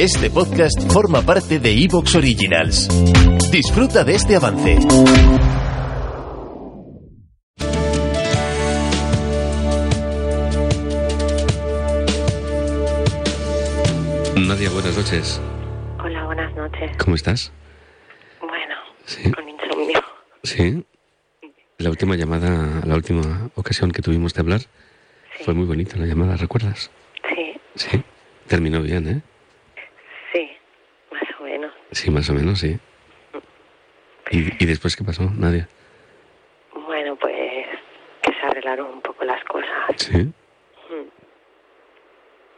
Este podcast forma parte de Evox Originals. Disfruta de este avance. Nadia, buenas noches. Hola, buenas noches. ¿Cómo estás? Bueno, Sí. con insomnio. Sí. La última llamada, la última ocasión que tuvimos de hablar, Sí. fue muy bonita la llamada, ¿recuerdas? Sí, Sí. Terminó bien, ¿eh? sí, más o menos. Sí, más o menos, sí. ¿Y, y después qué pasó, Nadia? Bueno, pues que se arreglaron un poco las cosas. Sí.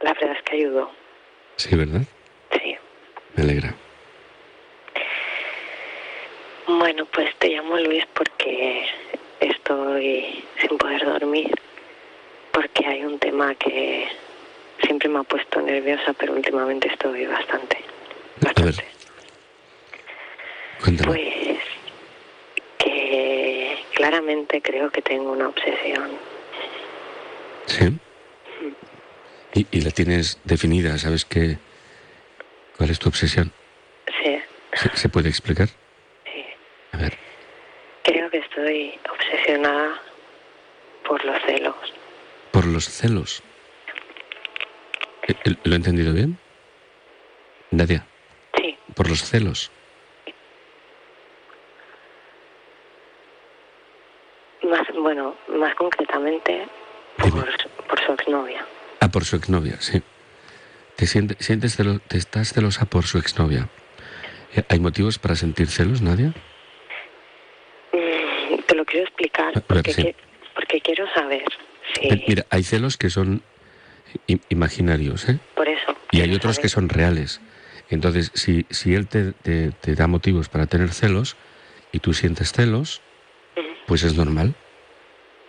La verdad es que ayudó. Sí, ¿verdad? Sí. Me alegra. Bueno, pues te llamo Luis porque estoy sin poder dormir. Porque hay un tema que siempre me ha puesto nerviosa, pero últimamente estoy bastante. A ver, Bastante. cuéntame. Pues que claramente creo que tengo una obsesión. Sí. Y, y la tienes definida, ¿sabes qué? ¿Cuál es tu obsesión? Sí. ¿Se, se puede explicar? Sí. A ver. Creo que estoy obsesionada por los celos. Por los celos. Eh, eh, ¿Lo he entendido bien? Nadia, Sí, por los celos. más bueno, más concretamente por, su- por su exnovia. Ah, por su exnovia, sí. Te sientes, sientes celo- te estás celosa por su exnovia. Eh, ¿Hay motivos para sentir celos, Nadia? Mm, Te lo quiero explicar ver, porque, sí. que- porque quiero saber si Eh, Mira, hay celos que son i- imaginarios, ¿eh? por eso. Y hay quiero otros que son saber. reales. Entonces, si, si él te, te- te da motivos para tener celos y tú sientes celos, pues es normal.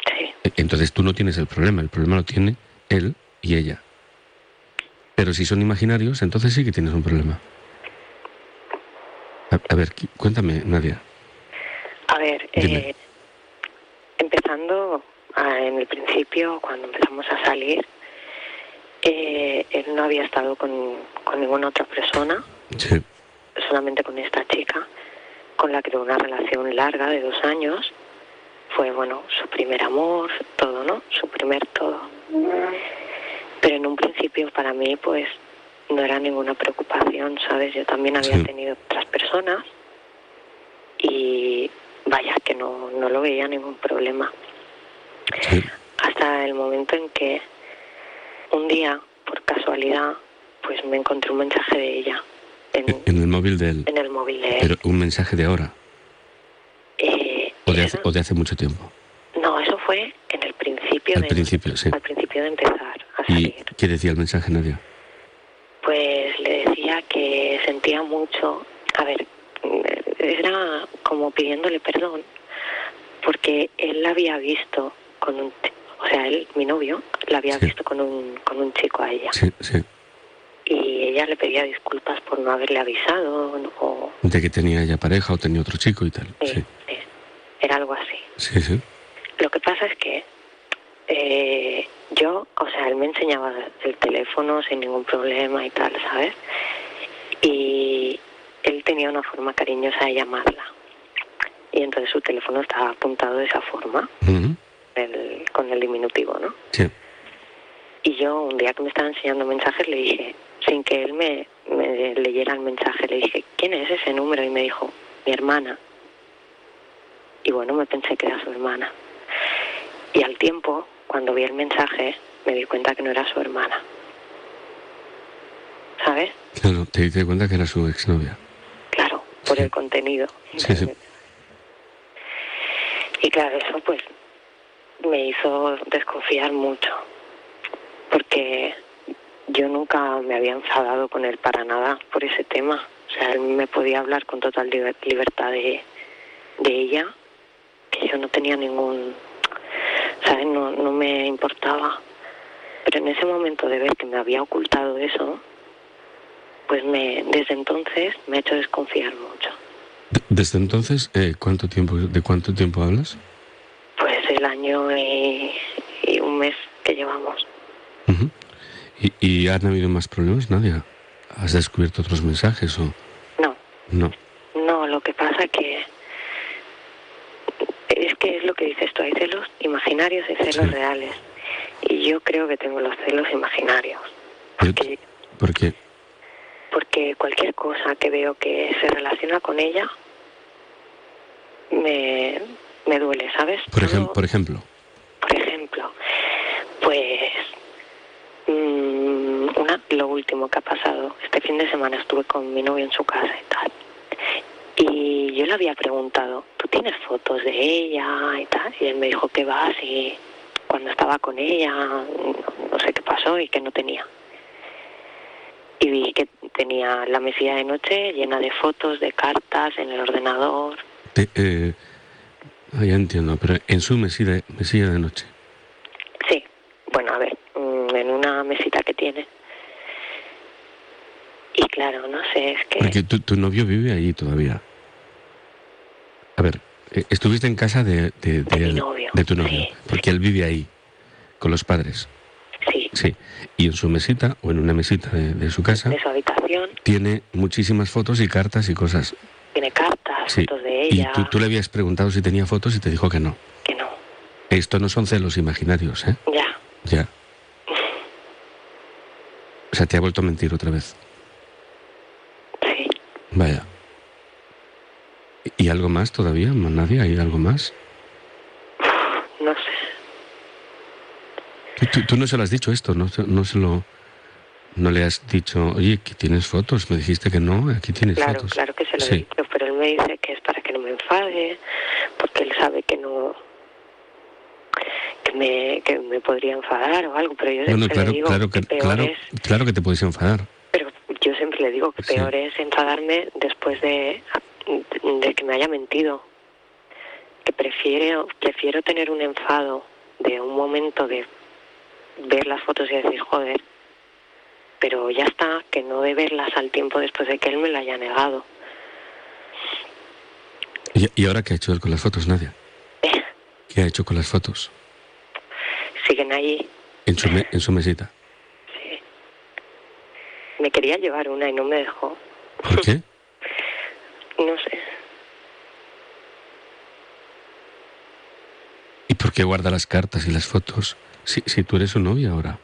Sí, E- Entonces tú no tienes el problema, el problema lo tiene él y ella. Pero si son imaginarios, entonces sí que tienes un problema. A, a ver, qui- cuéntame, Nadia. a ver, Dime. eh, empezando ah, en el principio, cuando empezamos a salir, eh, él no había estado con, con ninguna otra persona. Sí, solamente con esta chica, con la que tuve una relación larga de dos años. Fue, bueno, su primer amor, todo, ¿no? Su primer todo. Pero en un principio para mí, pues, no era ninguna preocupación, ¿sabes? Yo también había Sí. tenido otras personas y vaya, que no, no lo veía ningún problema sí, hasta el momento en que un día, por casualidad, pues me encontré un mensaje de ella en, en, en el móvil de él. en el móvil de él. Eh, Pero un mensaje de ahora Eh, o de era- hace, o de hace mucho tiempo. No, eso fue en el principio, Al de, principio, sí. al principio de empezar a ¿Y salir. qué decía el mensaje, Nadia? Pues le decía que sentía mucho, a ver, mm, era como pidiéndole perdón, porque él la había visto con un, ch- o sea, él, mi novio, la había Sí. visto con un, con un chico a ella. Sí, sí. Y ella le pedía disculpas por no haberle avisado, no- o, De que tenía ella pareja o tenía otro chico y tal. eh, Sí, eh, era algo así. sí, sí. Lo que pasa es que eh, yo, o sea, él me enseñaba el teléfono sin ningún problema y tal, ¿sabes? Y él tenía una forma cariñosa de llamarla. Y entonces su teléfono estaba apuntado de esa forma, Ujú, el- con el diminutivo, ¿no? Sí, Y yo un día que me estaba enseñando mensajes le dije, sin que él me, me leyera el mensaje, le dije, ¿quién es ese número? Y me dijo, mi hermana. Y bueno, me pensé que era su hermana. Y al tiempo, cuando vi el mensaje, me di cuenta que no era su hermana. ¿Sabes? claro, te diste cuenta que era su exnovia. Claro, por el contenido. Sí, sí. Y claro, eso pues me hizo desconfiar mucho, porque yo nunca me había enfadado con él para nada por ese tema. O sea, él me podía hablar con total liber libertad de, de ella, que yo no tenía ningún... ¿Sabes? No, no me importaba. Pero en ese momento de ver que me había ocultado eso, pues me, desde entonces me ha hecho desconfiar mucho. Desde entonces, eh, ¿cuánto tiempo, ¿de cuánto tiempo hablas? Pues el año y, y un mes que llevamos. Uh -huh. ¿Y, ¿Y, han habido más problemas, Nadia? ¿Has descubierto otros mensajes o...? No. No. No, lo que pasa que... Es que es lo que dices tú, hay celos imaginarios y celos sí. reales. Y yo creo que tengo los celos imaginarios. Porque, ¿Por qué? Porque cualquier cosa que veo que se relaciona con ella me, me duele, ¿sabes? Por, ejem por ejemplo. Por ejemplo, pues mmm, una, lo último que ha pasado, este fin de semana estuve con mi novio en su casa y tal. Y yo le había preguntado, ¿tú tienes fotos de ella y tal? Y él me dijo que vas y cuando estaba con ella, no, sé qué pasó y que no tenía. Y vi que tenía la mesilla de noche llena de fotos, de cartas en el ordenador. Te, eh, ah, ya entiendo, pero en su mesilla, mesilla de noche. Sí, bueno, a ver, mm, en una mesita que tiene. Y claro, no sé, es que... Porque tu, tu novio vive ahí todavía. A ver, eh, Estuviste en casa de, de, de, de él, novio, tu novio, sí, porque sí. él vive ahí, con los padres. Sí. Sí. Y en su mesita, o en una mesita de, su casa, de su habitación, tiene muchísimas fotos y cartas y cosas. Tiene cartas, sí. fotos de ella. Y tú, tú, le habías preguntado si tenía fotos y te dijo que no. Que no. Esto no son celos imaginarios, ¿eh? Ya. Ya. O sea, te ha vuelto a mentir otra vez. Sí. Vaya. ¿Y algo más todavía, Nadia? ¿Hay algo más? No sé. Tú, tú, no se lo has dicho esto, ¿no? No se lo... No le has dicho, oye, aquí tienes fotos, me dijiste que no, aquí tienes claro, fotos. Claro, que se lo sí. he dicho, pero él me dice que es para que no me enfade, porque él sabe que no... que me, que me podría enfadar o algo, pero yo siempre bueno, claro, le digo claro que, que peor claro, es... claro que te puedes enfadar. Pero yo siempre le digo que peor sí. es enfadarme después de de que me haya mentido. Que prefiero, prefiero tener un enfado de un momento de ver las fotos y decir, joder, pero ya está, que no de verlas al tiempo después de que él me la haya negado. ¿Y, y ahora qué ha hecho él con las fotos, Nadia? ¿Eh? ¿Qué ha hecho con las fotos? Siguen allí. ¿En su, me, en su mesita? Sí. Me quería llevar una y no me dejó. ¿Por qué? No sé. ¿Y por qué guarda las cartas y las fotos? Si, si tú eres su novia ahora.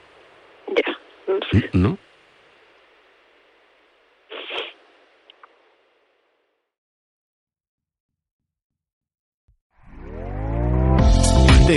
Ya, no sé. ¿No? ¿Te